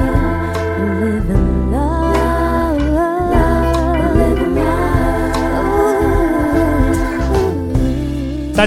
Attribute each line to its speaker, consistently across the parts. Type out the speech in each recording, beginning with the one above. Speaker 1: you, live in love, live in love.
Speaker 2: 大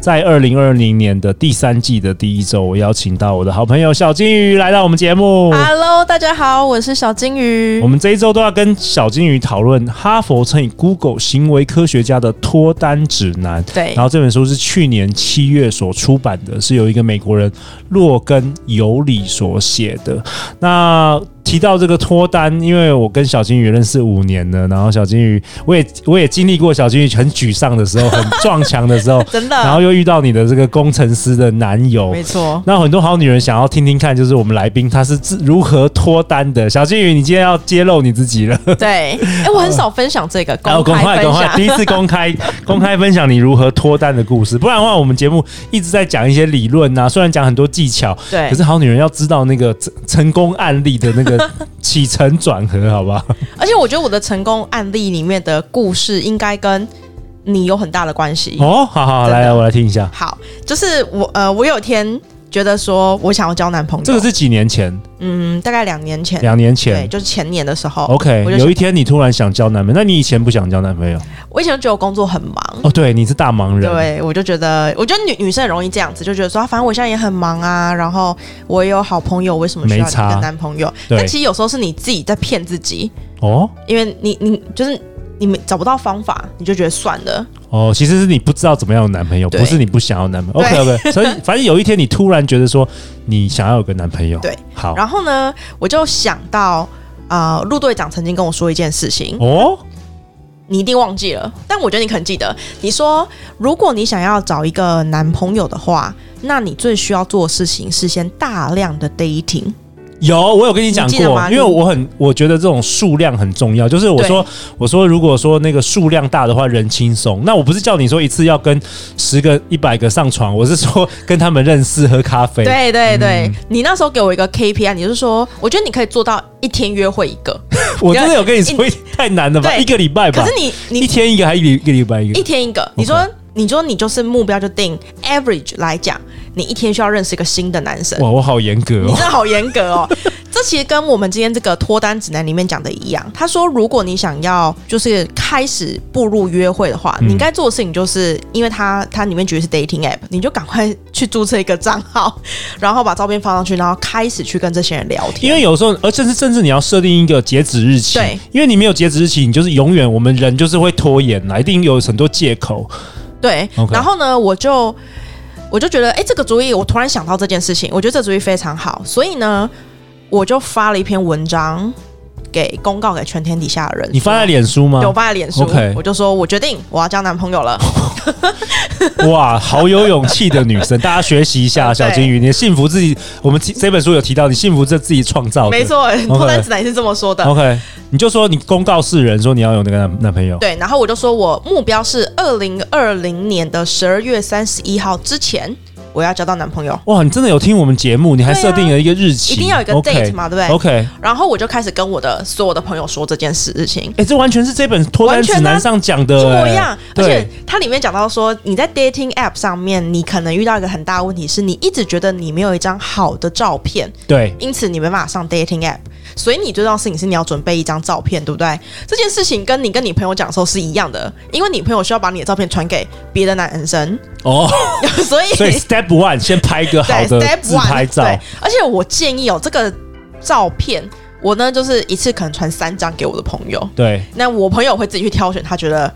Speaker 2: 在二零二零年的第三季的第一周，我邀请到我的好朋友小金鱼来到我们节目。
Speaker 3: Hello，大家好，我是小金鱼
Speaker 2: 我。们这一周都要跟小金鱼讨论哈佛乘以 Google 行为科学家的脱单指南。
Speaker 3: 对
Speaker 2: 然后这本书是去年七月所出版的，是由一个美国人洛根尤里所写的。那提到这个脱单，因为我跟小金鱼认识五年了，然后小金鱼，我也 我也经历过小金鱼很沮丧的时 候，很撞墙的时候，
Speaker 3: 真的
Speaker 2: 然后又遇到你的这个工程师的男友，
Speaker 3: 没错，
Speaker 2: 那很多好女人想要听听看，就是我们来宾她是自如何脱单的。小金鱼，你今天要揭露你自己了，
Speaker 3: 对，哎、我很少分享 这个
Speaker 2: 然后
Speaker 3: 公开分
Speaker 2: 公开，
Speaker 3: 享，
Speaker 2: 第一次公 开公开分享你如何脱单的故事。不然的话，我们节目一直在讲一些理论啊，虽然讲很多技巧，
Speaker 3: 对
Speaker 2: 可是好女人要知道那个成成功案例的那个起承转合，好不 好？
Speaker 3: 而且我觉得我的成功案例里面的故事应该跟你有很大的关系。
Speaker 2: 哦，好好，
Speaker 3: 真的
Speaker 2: 来来，我来听一下。
Speaker 3: 好，就是我呃，我有一天觉得说我想要交男朋友，
Speaker 2: 这个是几年前，
Speaker 3: 嗯，大概两年前，
Speaker 2: 两年
Speaker 3: 对，
Speaker 2: 前。
Speaker 3: 就是前年的时候
Speaker 2: OK，
Speaker 3: 我
Speaker 2: 有
Speaker 3: 就想
Speaker 2: 一天你突然想交男朋友，那你以前不想交男朋友？
Speaker 3: 我以前就觉得我工作很忙，
Speaker 2: 哦，对，你是大忙人。
Speaker 3: 对，我就觉得，我觉得女女生很容易这样子，就觉得说，啊反正我现在也很忙啊，然后我也有好朋友，为什么需要
Speaker 2: 没差
Speaker 3: 一个男朋友？
Speaker 2: 对
Speaker 3: 但其实有时候是你自己在骗自己，
Speaker 2: 哦，
Speaker 3: 因为你你就是你们找不到方法，你就觉得算了，
Speaker 2: 哦，其实是你不知道怎么样有男朋友，
Speaker 3: 对
Speaker 2: 不是你不想要男朋友。OK
Speaker 3: 对
Speaker 2: OK，所以反正有一天你突然觉得说你想要有个男朋友，
Speaker 3: 对，
Speaker 2: 好，
Speaker 3: 然后呢，我就想到。啊、陆队长曾经跟我说一件事情，
Speaker 2: 哦，
Speaker 3: 你一定忘记了，但我觉得你可能记得。你说，如果你想要找一个男朋友的话，那你最需要做的事情是先大量的 dating。
Speaker 2: 有我有跟你讲
Speaker 3: 你记得
Speaker 2: 过，
Speaker 3: 吗
Speaker 2: 因为我很我觉得这种数量很重要，就是我说我说如果说那个数量大的话，人轻松。那我不是叫你说一次要跟十个、一百个上床，我是说跟他们认识、喝咖啡。
Speaker 3: 对对对，
Speaker 2: 嗯
Speaker 3: 你那时候给我一个 KPI，你是说，我觉得你可以做到一天约会一个，
Speaker 2: 我真的有跟你说， 太难了吧？
Speaker 3: 对
Speaker 2: 一个礼拜吧
Speaker 3: 可是，你
Speaker 2: 一
Speaker 3: 你
Speaker 2: 天一个，还一个一个礼拜一个
Speaker 3: 一。天一个，你说你说你就是目标就定 average 来讲，你一天需要认识一个新的男生，
Speaker 2: 哇，我好严格
Speaker 3: 你
Speaker 2: 哦。
Speaker 3: 真的好严格哦。 这其实跟我们今天这个脱单指南里面讲的一样，他说如果你想要就是开始步入约会的话，
Speaker 2: 嗯
Speaker 3: 你应该做的事情就是，因为他他里面举的是 dating app，你就赶快去注册一个账号，然后把照片放上去，然后开始去跟这些人聊天。
Speaker 2: 因为有时候，而甚至甚至你要设定一个截止日期，
Speaker 3: 对，
Speaker 2: 因为你没有截止日期，你就是永远我们人就是会拖延啦，一定有很多借口。
Speaker 3: 对
Speaker 2: OK
Speaker 3: 然后呢，我就我就觉得，哎、这个主意，我突然想到这件事情，我觉得这主意非常好，所以呢，我就发了一篇文章给公告给全天底下的人。
Speaker 2: 你发在脸书吗
Speaker 3: 对？我发在脸书
Speaker 2: OK
Speaker 3: 我就说我决定我要交男朋友 了。
Speaker 2: 哇，好有勇气的女生，大家学习一下
Speaker 3: 对
Speaker 2: 小金鱼，你幸福自己。我们这本书有提到，你幸福是自己创造的，
Speaker 3: 没。错，脱单指南是这么说的。
Speaker 2: OK，你就说你公告世人说你要有那个男男朋友，
Speaker 3: 对，然后我就说我目标是二零二零年的十二月三十一号之前，我要交到男朋友。
Speaker 2: 哇，你真的有听我们节目，你还
Speaker 3: 对啊
Speaker 2: 设定了一个日期，
Speaker 3: 一定要有一个
Speaker 2: OK
Speaker 3: date 嘛对不对
Speaker 2: OK，
Speaker 3: 然后我就开始跟我的所有的朋友说这件事情。
Speaker 2: 哎，这完全是这本脱单
Speaker 3: 完全
Speaker 2: 指
Speaker 3: 啊
Speaker 2: 南上讲的，
Speaker 3: 一模
Speaker 2: 哎
Speaker 3: 一样。啊而
Speaker 2: 对
Speaker 3: 且它里面讲到说，你在 dating app 上面，你可能遇到一个很大的问题，是你一直觉得你没有一张好的照片，
Speaker 2: 对，
Speaker 3: 因此你没办法上 dating app。所以你最重要的事情是你要准备一张照片，对不对？这件事情跟你跟你朋友讲的时候是一样的，因为你朋友需要把你的照片传给别的男生，
Speaker 2: 哦。
Speaker 3: 所以
Speaker 2: 所以 step one 先拍一个好的
Speaker 3: 对 step
Speaker 2: 自拍
Speaker 3: one
Speaker 2: 照，
Speaker 3: 对，而且我建议哦，这个照片我呢就是一次可能传三张给我的朋友，
Speaker 2: 对，
Speaker 3: 那我朋友会自己去挑选他觉得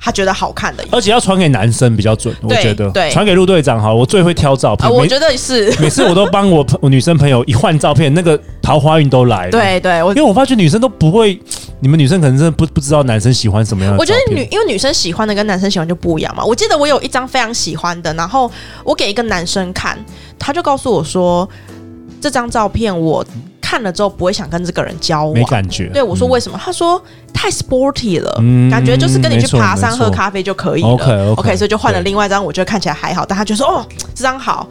Speaker 3: 他觉得好看的。
Speaker 2: 而且要传给男生比较准，我觉得，
Speaker 3: 对
Speaker 2: 传给陆队长好了，我最会挑照片，
Speaker 3: 啊，我
Speaker 2: 每
Speaker 3: 觉得是，
Speaker 2: 每次我都帮我朋我女生朋友一换照片，那个桃花运都来了，，
Speaker 3: 对对，我
Speaker 2: 因为我发觉女生都不会，你们女生可能真的不不知道男生喜欢什么样的
Speaker 3: 我
Speaker 2: 照
Speaker 3: 觉
Speaker 2: 片，
Speaker 3: 得女因为女生喜欢的跟男生喜欢就不一样嘛。我记得我有一张非常喜欢的，然后我给一个男生看，他就告诉我说这张照片我看了之后不会想跟这个人交往
Speaker 2: 没。感觉。
Speaker 3: 对我说
Speaker 2: 嗯
Speaker 3: 为什么？他说太 sporty 了，
Speaker 2: 嗯
Speaker 3: 感觉就是跟你
Speaker 2: 没
Speaker 3: 去
Speaker 2: 错
Speaker 3: 爬
Speaker 2: 没
Speaker 3: 山喝
Speaker 2: 错
Speaker 3: 咖啡就可以了。
Speaker 2: OK，OK，
Speaker 3: 所以就换了
Speaker 2: 对
Speaker 3: 另外一张，我觉得看起来还好，但他就说哦，这张好，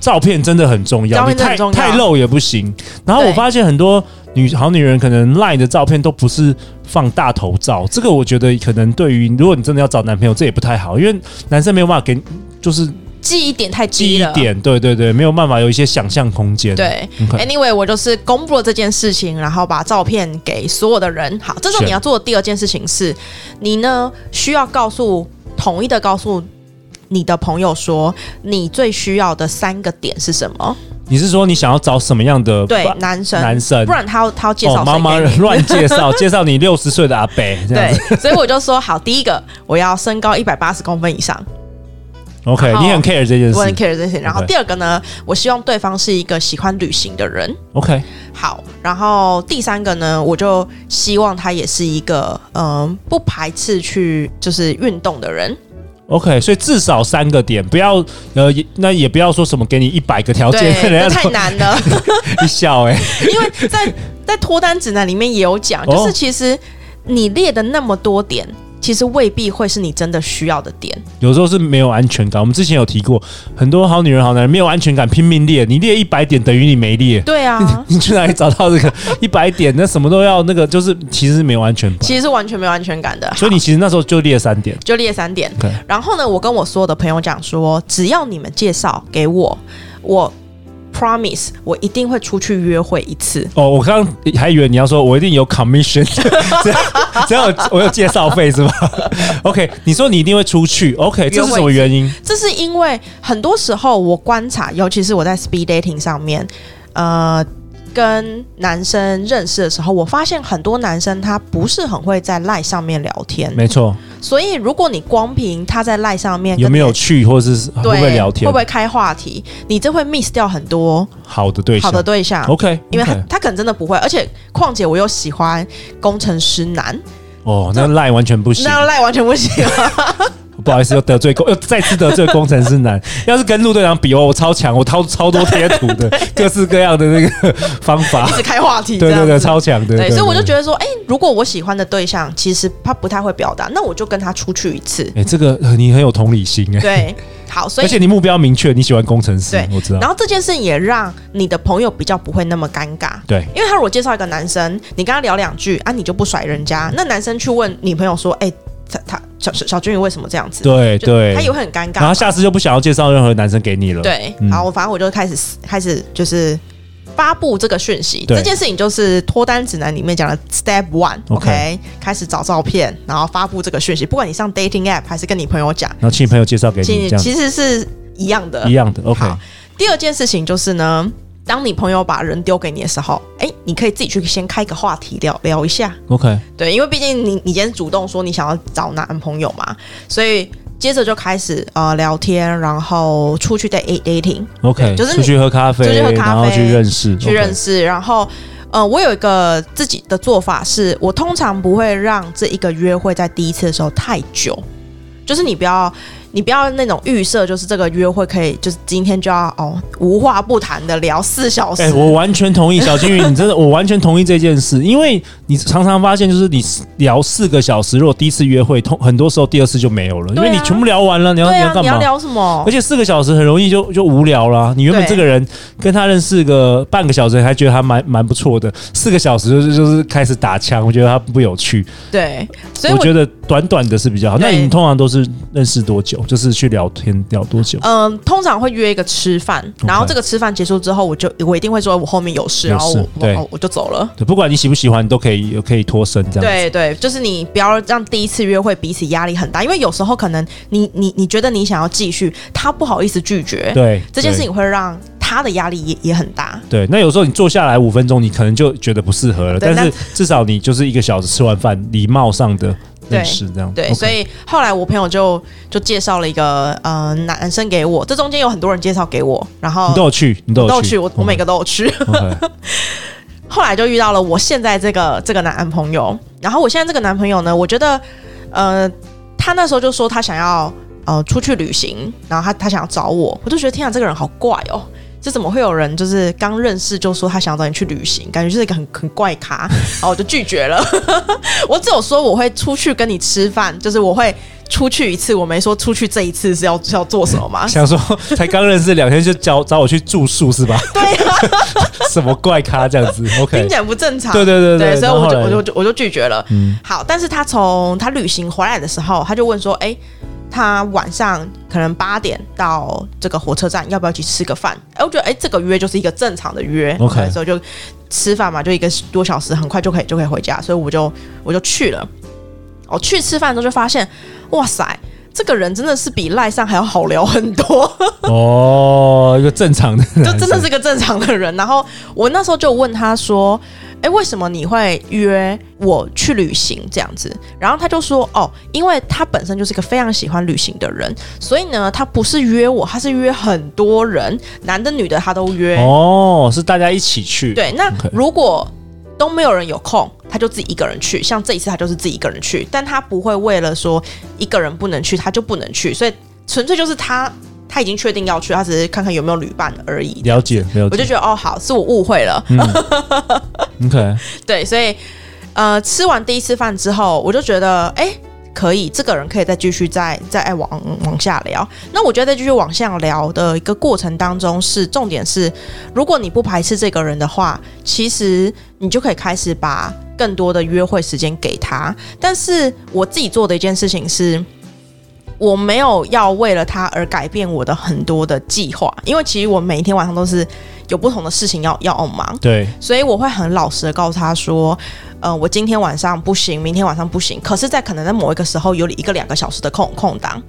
Speaker 2: 照片真的很重要，
Speaker 3: 照片
Speaker 2: 你
Speaker 3: 真的
Speaker 2: 太
Speaker 3: 很重要
Speaker 2: 太露也不行。然后我
Speaker 3: 对
Speaker 2: 发现很多女好女人可能赖的照片都不是放大头照，这个我觉得可能对于如果你真的要找男朋友，这也不太好，因为男生没有办法给你就是
Speaker 3: 记忆点太
Speaker 2: 记
Speaker 3: 低
Speaker 2: 忆
Speaker 3: 了。
Speaker 2: 点，对对对，没有办法有一些想象空间。
Speaker 3: 对
Speaker 2: OK
Speaker 3: ，anyway，我就是公布了这件事情，然后把照片给所有的人。好，这时候
Speaker 2: 是
Speaker 3: 你要做的第二件事情是，你呢需要告诉统一的告诉你的朋友说，你最需要的三个点是什么？
Speaker 2: 你是说你想要找什么样的
Speaker 3: 对
Speaker 2: 爸，
Speaker 3: 男生，
Speaker 2: 男生
Speaker 3: 不然他要他要介
Speaker 2: 哦，
Speaker 3: 绍
Speaker 2: 妈
Speaker 3: 谁
Speaker 2: 妈
Speaker 3: 给 你？
Speaker 2: 乱介绍，介绍你六十岁的阿伯这样子。，
Speaker 3: 对所以我就说好，第一个我要身高一百八十公分 以上，
Speaker 2: OK，
Speaker 3: 然后
Speaker 2: 你很 care 这件
Speaker 3: 我很
Speaker 2: 事。
Speaker 3: care 这些。然后
Speaker 2: OK
Speaker 3: 第二个呢，我希望对方是一个喜欢旅行的人。
Speaker 2: OK，
Speaker 3: 好，然后第三个呢，我就希望他也是一个嗯、不排斥去就是运动的人。
Speaker 2: OK，所以至少三个点，不要呃，也那也不要说什么给你一百个条件，
Speaker 3: 对，
Speaker 2: 人家
Speaker 3: 这太
Speaker 2: 说
Speaker 3: 难了，
Speaker 2: 你笑哎、
Speaker 3: 因为在在脱单指南里面也有讲，
Speaker 2: 哦
Speaker 3: 就是其实你列的那么多点，其实未必会是你真的需要的点。
Speaker 2: 有时候是没有安全感。我们之前有提过，很多好女人、好男人没有安全感，拼命列，你列一百点等于你没列。，
Speaker 3: 对啊
Speaker 2: 你去哪里找到这个一百点？那什么都要那个，就是其实是没有安全感。
Speaker 3: 其实是完全没有安全感的。
Speaker 2: 所以你其实那时候就列三点。
Speaker 3: 就列三点。
Speaker 2: OK
Speaker 3: 然后呢，我跟我所有的朋友讲说，只要你们介绍给我，我 promise 我一定会出去约会一次。
Speaker 2: 哦，我刚刚还以为你要说我一定有 commission，只 要只要有我有介绍费是吗？OK，你说你一定会出去，OK，这是什么原因？
Speaker 3: 这是因为很多时候我观察，尤其是我在 speed dating 上面，呃。跟男生认识的时候，我发现很多男生他不是很会在赖上面聊天，
Speaker 2: 没错，
Speaker 3: 所以如果你光凭他在赖上面
Speaker 2: 有没有
Speaker 3: 跟
Speaker 2: 去，或者是会
Speaker 3: 你
Speaker 2: 不
Speaker 3: 哎对
Speaker 2: 会聊天，
Speaker 3: 会不会开话题，你这会 miss 掉很多
Speaker 2: 好的对象？
Speaker 3: 好的对象。
Speaker 2: OK，
Speaker 3: 因为他
Speaker 2: OK
Speaker 3: 他可能真的不会，而且况且我又喜欢工程师男，
Speaker 2: 哦，那赖完全不行，
Speaker 3: 那赖完全不行。
Speaker 2: 不好意思，又得罪工，又再次得罪工程师 男。要是跟陆队长比哦，我超强，我超超多贴图 的，各式各样的那个方法
Speaker 3: 一，直开话题，
Speaker 2: 对
Speaker 3: 这样
Speaker 2: 对对，
Speaker 3: 子
Speaker 2: 超强的。
Speaker 3: 对，所以我就觉
Speaker 2: 得，
Speaker 3: 得说，哎、如果我喜欢的对象其实他不太会表达，那我就跟他出去一 次。
Speaker 2: 哎，这个呃你很有同理心哎，
Speaker 3: 对，好，所
Speaker 2: 而
Speaker 3: 以
Speaker 2: 且你目标明确，你喜欢工程师
Speaker 3: 对，
Speaker 2: 我知道
Speaker 3: 然。后这件事也让你的朋友比较不会那么尴尬。
Speaker 2: 对，
Speaker 3: 因为他如果介绍一个男生，你跟他聊两句啊，你就不甩人家，那男生去问你朋友说，哎、他他小小小俊宇为什么这样子？
Speaker 2: 对
Speaker 3: 就
Speaker 2: 对
Speaker 3: 他，也会很尴尬嘛。
Speaker 2: 然后下次就不想要介绍任何男生给你了。，
Speaker 3: 对，
Speaker 2: 嗯
Speaker 3: 然后反正我就开始开始就是发布这个讯息。
Speaker 2: 对
Speaker 3: 这件事情就是脱单指南里面讲的 Step One，OK，、
Speaker 2: OK
Speaker 3: 开始找照片，然后发布这个讯息。不管你上 dating app 还是跟你朋友讲，
Speaker 2: 然后亲朋友介绍给
Speaker 3: 其
Speaker 2: 你，这
Speaker 3: 实
Speaker 2: 样
Speaker 3: 其实是一样的
Speaker 2: 一。样的。OK，
Speaker 3: 好第二件事情就是呢。当你朋友把人丢给你的时候，哎、你可以自己去先开个话题聊聊一下，
Speaker 2: OK，
Speaker 3: 对，因为毕竟你你今天主动说你想要找男朋友嘛，所以接着就开始呃聊天，然后出去 date dating，
Speaker 2: OK，
Speaker 3: 对就是你
Speaker 2: 出去喝咖
Speaker 3: 出
Speaker 2: 啡，
Speaker 3: 去喝咖啡
Speaker 2: 然后去认识，
Speaker 3: 去认。识。然后，呃，我有一个自己的做法是，我通常不会让这一个约会在第一次的时候太久，就是你不要。你不要那种预设，就是这个约会可以，就是今天就要哦，无话不谈的聊四小时。
Speaker 2: 哎、我完全同意小金鱼，你真的，我完全同意这件事，因为你常常发现，就是你聊四个小时，如果第一次约会，通很多时候第二次就没有了，因
Speaker 3: 对
Speaker 2: 为
Speaker 3: 啊
Speaker 2: 你全部聊完了，你要、
Speaker 3: 对
Speaker 2: 你
Speaker 3: 啊
Speaker 2: 要，干
Speaker 3: 你要
Speaker 2: 嘛？
Speaker 3: 聊什么
Speaker 2: 而？且四个小时很容易就就无聊啦。你原本
Speaker 3: 对
Speaker 2: 这个人跟他认识个半个小时，还觉得他蛮蛮不错的，四个小时就是就是开始打枪，我觉得他不有趣。
Speaker 3: 对，所以
Speaker 2: 我
Speaker 3: 我
Speaker 2: 觉得短短的是比较好。那
Speaker 3: 对
Speaker 2: 你通常都是认识多久？就是去聊天聊多久？
Speaker 3: 嗯、通常会约一个吃饭，然后
Speaker 2: OK
Speaker 3: 这个吃饭结束之后，我就我一定会说我后面有事，
Speaker 2: 有
Speaker 3: 然后
Speaker 2: 事
Speaker 3: 我我
Speaker 2: 对
Speaker 3: 我我就走了。
Speaker 2: 对，不管你喜不喜欢，都可以可以脱身这样子。
Speaker 3: 对对，就是你不要让第一次约会彼此压力很大，因为有时候可能你你你觉得你想要继续，他不好意思拒绝，
Speaker 2: 对，
Speaker 3: 这件事
Speaker 2: 对
Speaker 3: 情会让他的压力也也很大。
Speaker 2: 对，那有时候你坐下来五分钟，你可能就觉得不适合了，
Speaker 3: 对
Speaker 2: 但是至少你就是一个小时吃完饭，礼貌上的
Speaker 3: 对
Speaker 2: 认识这样。
Speaker 3: 对
Speaker 2: OK
Speaker 3: 所以后来我朋友就就介绍了一个呃男生给我，这中间有很多人介绍给我，然后
Speaker 2: 你都有去，嗯你都
Speaker 3: 都有
Speaker 2: 有
Speaker 3: 去，
Speaker 2: 去，
Speaker 3: 哦我我每个都有去。
Speaker 2: OK，OK，
Speaker 3: 后来就遇到了我现在这个这个男朋友，然后我现在这个男朋友呢，我觉得呃他那时候就说他想要呃出去旅行，然后他他想要找我，我就觉得天啊，这个人好怪哦。这怎么会有人就是刚认识就说他想要找你去旅行，感觉就是一个很很怪咖，然后我就拒绝了。 我只有说我会出去跟你吃饭，就是我会出去一次，我没说出去这一次是要是要做什么嘛。
Speaker 2: 想说才刚认识两天就找找我去住宿是吧？
Speaker 3: 对啊，
Speaker 2: 什么怪咖这样子
Speaker 3: 听
Speaker 2: ？OK，
Speaker 3: 起来不正常。
Speaker 2: 对对对
Speaker 3: 对，
Speaker 2: 对
Speaker 3: 所以我就
Speaker 2: 然后嗯
Speaker 3: 我
Speaker 2: 嘞
Speaker 3: 就我就我就拒绝了。好，但是他从他旅行回来的时候，他就问说：“哎、他晚上可能八点到这个火车站，要不要一起吃个饭？”哎、我觉得哎、这个约就是一个正常的约
Speaker 2: OK
Speaker 3: 对所以我就吃饭嘛，就一个多小时，很快就可以就可以回家，所以我就我就去了。我去吃饭的时候就发现，哇塞，这个人真的是比赖上还要好聊很多。
Speaker 2: 哦，一个正常的，
Speaker 3: 就真的是个正常的人。然后我那时候就问他说：“哎、为什么你会约我去旅行这样子？”然后他就说：“哦，因为他本身就是一个非常喜欢旅行的人，所以呢，他不是约我，他是约很多人，男的女的他都约。
Speaker 2: 哦，是大家一起去，
Speaker 3: 对，那
Speaker 2: OK
Speaker 3: 如果都没有人有空，他就自己一个人去。像这一次，他就是自己一个人去，但他不会为了说一个人不能去，他就不能去，所以纯粹就是他。”他已经确定要去，他只是看看有没有旅伴而已。
Speaker 2: 了解了
Speaker 3: 我就
Speaker 2: 解嗯
Speaker 3: 觉得哦，好，是我误会了。
Speaker 2: ，OK，
Speaker 3: 对，所以呃，吃完第一次饭之后，我就觉得哎。可以，这个人可以再继续再再哎往往下聊。那我觉得在继续往下聊的一个过程当中是，重点是，如果你不排斥这个人的话，其实你就可以开始把更多的约会时间给他。但是我自己做的一件事情是，我没有要为了他而改变我的很多的计划，因为其实我每一天晚上都是有不同的事情要要忙。
Speaker 2: 对，
Speaker 3: 所以我会很老实的告诉他说，呃，我今天晚上不行，明天晚上不行。可是，在可能在某一个时候有一个两个小时的空空档，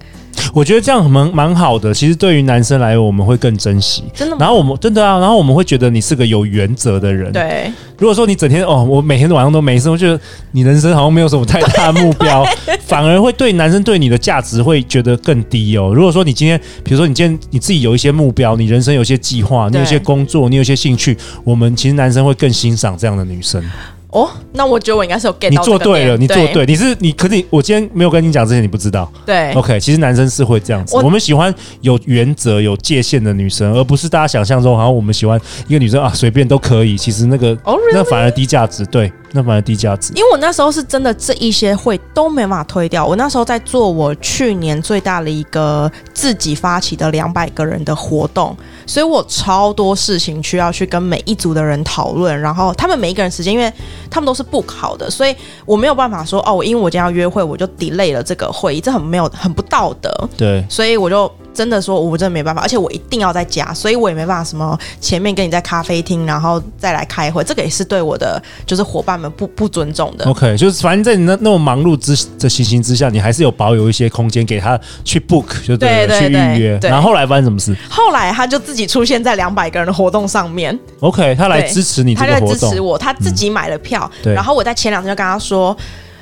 Speaker 2: 我觉得这样蛮蛮好的。其实对于男生来，我们会更珍惜。
Speaker 3: 真的吗？
Speaker 2: 然后我们真的啊，然后我们会觉得你是个有原则的人。，
Speaker 3: 对，
Speaker 2: 如果说你整天哦，我每天晚上都没事，我觉得你人生好像没有什么太大的目 标，反而会对男生对你的价值会觉得更低哦。如果说你今天，比如说你今天你自己有一些目标，你人生有一些计划，你有一些
Speaker 3: 对
Speaker 2: 工作，你有一些兴趣，我们其实男生会更欣赏这样的女生。
Speaker 3: 哦，那我觉得我应该是有 get
Speaker 2: 你
Speaker 3: 到这
Speaker 2: 做
Speaker 3: 个
Speaker 2: 对了，
Speaker 3: 点
Speaker 2: 你做，对，你是你，可是你我今天没有跟你讲之前，你不知道。
Speaker 3: 对
Speaker 2: OK，其实男生是会这样子，
Speaker 3: 我
Speaker 2: 我们喜欢有原则、有界限的女生，而不是大家想象中，好像我们喜欢一个女生啊，随便都可以。其实那个、
Speaker 3: 哦
Speaker 2: 那
Speaker 3: ，really？
Speaker 2: 反而低价值，对，那反而低价值。
Speaker 3: 因为我那时候是真的这一些会都没办法推掉。我那时候在做我去年最大的一个自己发起的两百个人的活动，所以我超多事情需要去跟每一组的人讨论，然后他们每一个人时间，因为他们都是不考的，所以我没有办法说哦，我因为我今天要约会，我就 delay 了这个会议，这很没有很不道德。
Speaker 2: 对，
Speaker 3: 所以我就真的说，我真的没办法，而且我一定要在家，所以我也没办法什么前面跟你在咖啡厅，然后再来开会，这个也是对我的就是伙伴们不不尊重的。
Speaker 2: OK，就是反正在你那那么忙碌之的情形之下，你还是有保有一些空间给他去 book，就对了，
Speaker 3: 对对对
Speaker 2: 去预约。
Speaker 3: 对
Speaker 2: 然后后来发生什么事
Speaker 3: 后来他就自己出现在两百个人的活动上面，
Speaker 2: ？OK，他来
Speaker 3: 对
Speaker 2: 支持你这
Speaker 3: 他
Speaker 2: 个
Speaker 3: 在
Speaker 2: 活
Speaker 3: 支持
Speaker 2: 动。嗯
Speaker 3: 我，他自己买了票，
Speaker 2: 对
Speaker 3: 然后我在前两天就跟他说。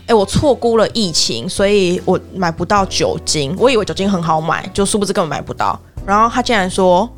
Speaker 3: 哎、我错估了疫情，所以我买不到酒精。哎我以为酒精很好买，就殊不知根本买不到。然后他竟然说：“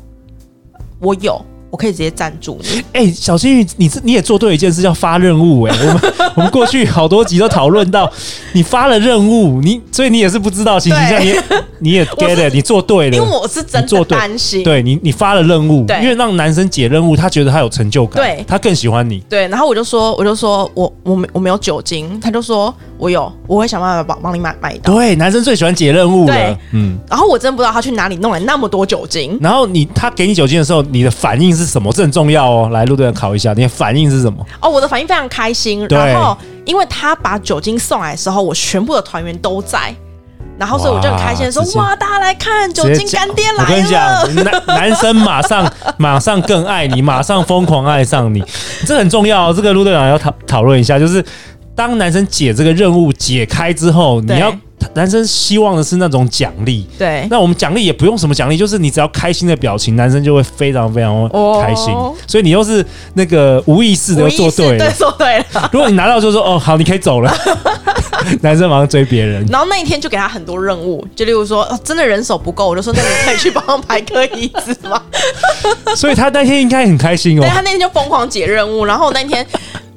Speaker 3: 我有，我可以直接赞助你。”
Speaker 2: 哎、小金鱼，你这你也做对一件事，叫发任务、哎，我们我们过去好多集都讨论到，你发了任务，你所以你也是不知道情形下，你也你也 get
Speaker 3: 是
Speaker 2: it，你做对
Speaker 3: 因为
Speaker 2: 了。
Speaker 3: 我是真
Speaker 2: 你做
Speaker 3: 的
Speaker 2: 对
Speaker 3: 担心。
Speaker 2: 对你，你发了任务，
Speaker 3: 对
Speaker 2: 因为让男生解任务，他觉得他有成就感，
Speaker 3: 对
Speaker 2: 他更喜欢你。
Speaker 3: 对，然后我就说，我就说我我没我没有酒精，他就说我有，我会想办法帮帮你买买到。
Speaker 2: 对，男生最喜欢解任务了
Speaker 3: 对。
Speaker 2: 嗯，
Speaker 3: 然后我真的不知道他去哪里弄来那么多酒精，
Speaker 2: 然后你他给你酒精的时候，你的反应是什么？这很重要哦。来，陆队长考一下，你的反应是什么？
Speaker 3: 哦，我的反应非常开心。
Speaker 2: 对
Speaker 3: 然后因为他把酒精送来的时候，我全部的团员都在，然后所以我就很开心的说
Speaker 2: 哇直：“接
Speaker 3: 哇，大家来看，酒精干爹
Speaker 2: 我跟你
Speaker 3: 来 了！”
Speaker 2: 讲，男男生马上马上更爱你，马上疯狂爱上你，这很重要哦、这个陆队长要讨讨论一下，就是当男生解这个任务解开之后，你
Speaker 3: 对哎
Speaker 2: 要男生希望的是那种奖励。
Speaker 3: 对，
Speaker 2: 那我们奖励也不用什么奖励，就是你只要开心的表情，男生就会非常非常
Speaker 3: 哦
Speaker 2: 开心。所以你又是那个无意识的又
Speaker 3: 无意
Speaker 2: 做
Speaker 3: 识
Speaker 2: 对了
Speaker 3: 对，做对了。
Speaker 2: 如果你拿到就说哦好，你可以走了， 男生马上追别人。
Speaker 3: 然后那一天就给他很多任务，就例如说，哦、真的人手不够，我就说那你可以去帮我排个椅子吗？
Speaker 2: 所以他那天应该很开心哦
Speaker 3: 对。他那天就疯狂解任务，然后我那天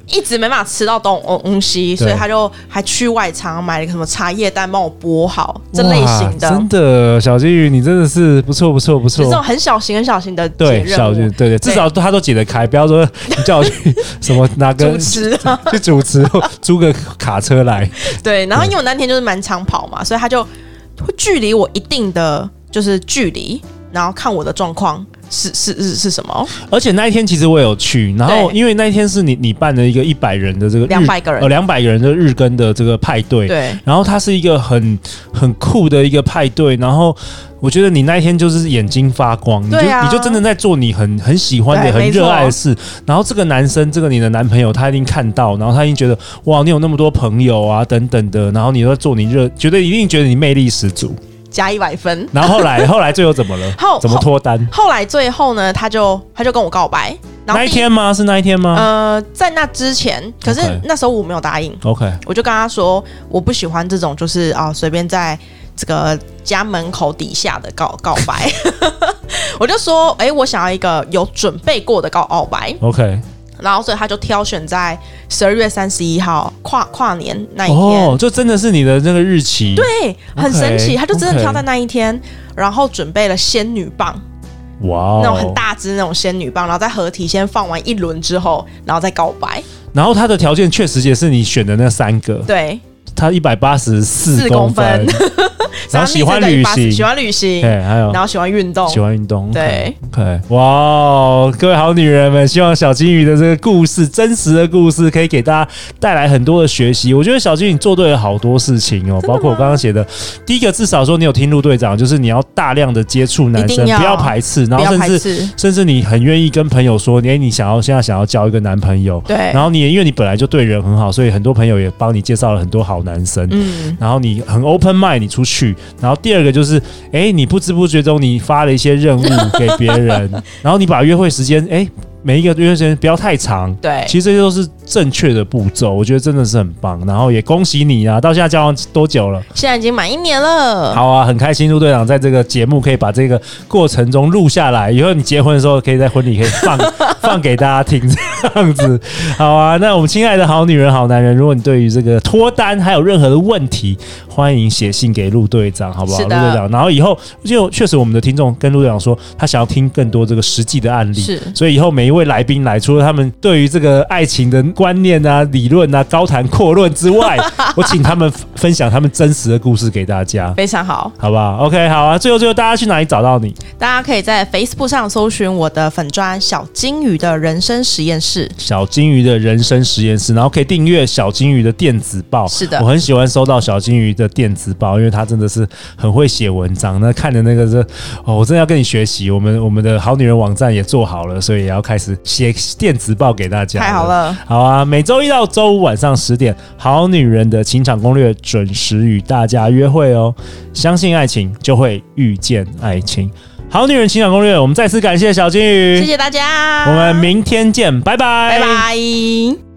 Speaker 3: 一直没办法吃到东东西，
Speaker 2: 对
Speaker 3: 所以他就还去外场买了个什么茶叶蛋帮我剥好这类型的
Speaker 2: 哇，真的，小金鱼，你真的是不错，不错，不
Speaker 3: 就这种
Speaker 2: 错。
Speaker 3: 很小型、很小型的解
Speaker 2: 对，小
Speaker 3: 任
Speaker 2: 金，
Speaker 3: 务。
Speaker 2: 对对，至少他都解得开，不要说你叫我去什 么拿个
Speaker 3: 主持啊，
Speaker 2: 去主持，租个卡车来。
Speaker 3: 对，然后因为我那天就是蛮长跑嘛，所以他就会距离我一定的就是距离，然后看我的状况是是是是什么，
Speaker 2: 而且那一天其实我有去，然后
Speaker 3: 对
Speaker 2: 因为那一天是你你办了一个一百人的这个日
Speaker 3: 200个人
Speaker 2: 呃两百个人的日更的这个派对，
Speaker 3: 对，
Speaker 2: 然后它是一个很很酷的一个派对，然后我觉得你那一天就是眼睛发光，你就
Speaker 3: 对啊
Speaker 2: 你就真的在做你很很喜欢的、
Speaker 3: 对
Speaker 2: 很
Speaker 3: 没错
Speaker 2: 热爱的事。然后这个男生，这个你的男朋友，他一定看到，然后他一定觉得哇，你有那么多朋友啊，等等的，然后你都在做你热，觉得一定觉得你魅力十足。
Speaker 3: 加一百分。
Speaker 2: 然后后来 后来最后怎么了
Speaker 3: 后？
Speaker 2: 怎么脱单？
Speaker 3: 后来最后呢，他就他就跟我告白，然后
Speaker 2: 那一
Speaker 3: 第
Speaker 2: 天吗？是那一天吗、
Speaker 3: 呃，在那之前，可是
Speaker 2: OK
Speaker 3: 那时候我没有答应，
Speaker 2: o k
Speaker 3: 我就跟他说，我不喜欢这种就是啊随便在这个家门口底下的告告白， 我就说，哎、我想要一个有准备过的告告白，
Speaker 2: OK，
Speaker 3: 然后所以他就挑选在十二月三十一号跨跨年那一天。
Speaker 2: 哦，就真的是你的那个日期，对，
Speaker 3: 对，很神奇
Speaker 2: OK，
Speaker 3: 他就真的
Speaker 2: OK
Speaker 3: 挑在那一天，然后准备了仙女棒，
Speaker 2: 哇、哦，
Speaker 3: 那种很。大支那种仙女棒，然后在合体先放完一轮之后，然后再告白。
Speaker 2: 然后他的条件确实也是你选的那三个，
Speaker 3: 对，
Speaker 2: 他一百八十四公分， 然后喜欢旅行，
Speaker 3: 喜欢旅行，
Speaker 2: 对，还有
Speaker 3: 然后喜欢运动
Speaker 2: 喜。欢运动，
Speaker 3: 对
Speaker 2: ，OK，哇哦，各位好女人们，希望小金鱼的这个故事，真实的故事，可以给大家带来很多的学习。我觉得小金鱼做对了好多事情哦，包括我刚刚写的，第一个至少说你有听陆队长，就是你要大量的接触男生，
Speaker 3: 一定要
Speaker 2: 不要排斥，然后
Speaker 3: 不要
Speaker 2: 甚
Speaker 3: 排
Speaker 2: 至
Speaker 3: 斥，
Speaker 2: 甚至你很愿意跟朋友说，你哎，你想要现在想要交一个男朋友，
Speaker 3: 对
Speaker 2: 然后你也因为你本来就对人很好，所以很多朋友也帮你介绍了很多好男生，
Speaker 3: 嗯，
Speaker 2: 然后你很 open mind，你出去。然后第二个就是，哎，你不知不觉中你发了一些任务给别人，然后你把约会时间，哎，每一个约会时间不要太长。
Speaker 3: 对，
Speaker 2: 其实这些都是正确的步骤，我觉得真的是很棒。然后也恭喜你啊，到现在交往多久了？
Speaker 3: 现在已经满一年了。
Speaker 2: 好啊，很开心陆队长在这个节目可以把这个过程中录下来，以后你结婚的时候可以在婚礼可以放 放给大家听这样子。好啊，那我们亲爱的好女人、好男人，如果你对于这个脱单还有任何的问题，欢迎写信给陆队长，好不好？
Speaker 3: 是
Speaker 2: 陆
Speaker 3: 的
Speaker 2: 队长，然后以后就确实我们的听众跟陆队长说，他想要听更多这个实际的案例，
Speaker 3: 是
Speaker 2: 所以以后每一位来宾来，除了他们对于这个爱情的观念啊、理论啊高谈阔论之外， 我请他们分享他们真实的故事给大家。
Speaker 3: 非常好，
Speaker 2: 好不好？OK，好啊。最后，最后大家去哪里找到你？
Speaker 3: 大家可以在 Facebook 上搜寻我的粉砖“小金鱼的人生实验室
Speaker 2: 小金鱼的人生实验室，然后可以订阅小金鱼的电子报。
Speaker 3: 是的
Speaker 2: 我很喜欢收到小金鱼的电子报，因为他真的是很会写文章。那看的那个是，哦，我真的要跟你学习。我们我们的好女人网站也做好了，所以也要开始写电子报给大”，家。
Speaker 3: 太好。了，
Speaker 2: 好啊，每周一到周五晚上十点，《好女人的情场攻略》准时与大家约会哦。相信爱情，就会遇见爱情。好女人情场攻略，我们再次感谢小金鱼，
Speaker 3: 谢谢大家，
Speaker 2: 我们明天见，拜拜，
Speaker 3: 拜拜。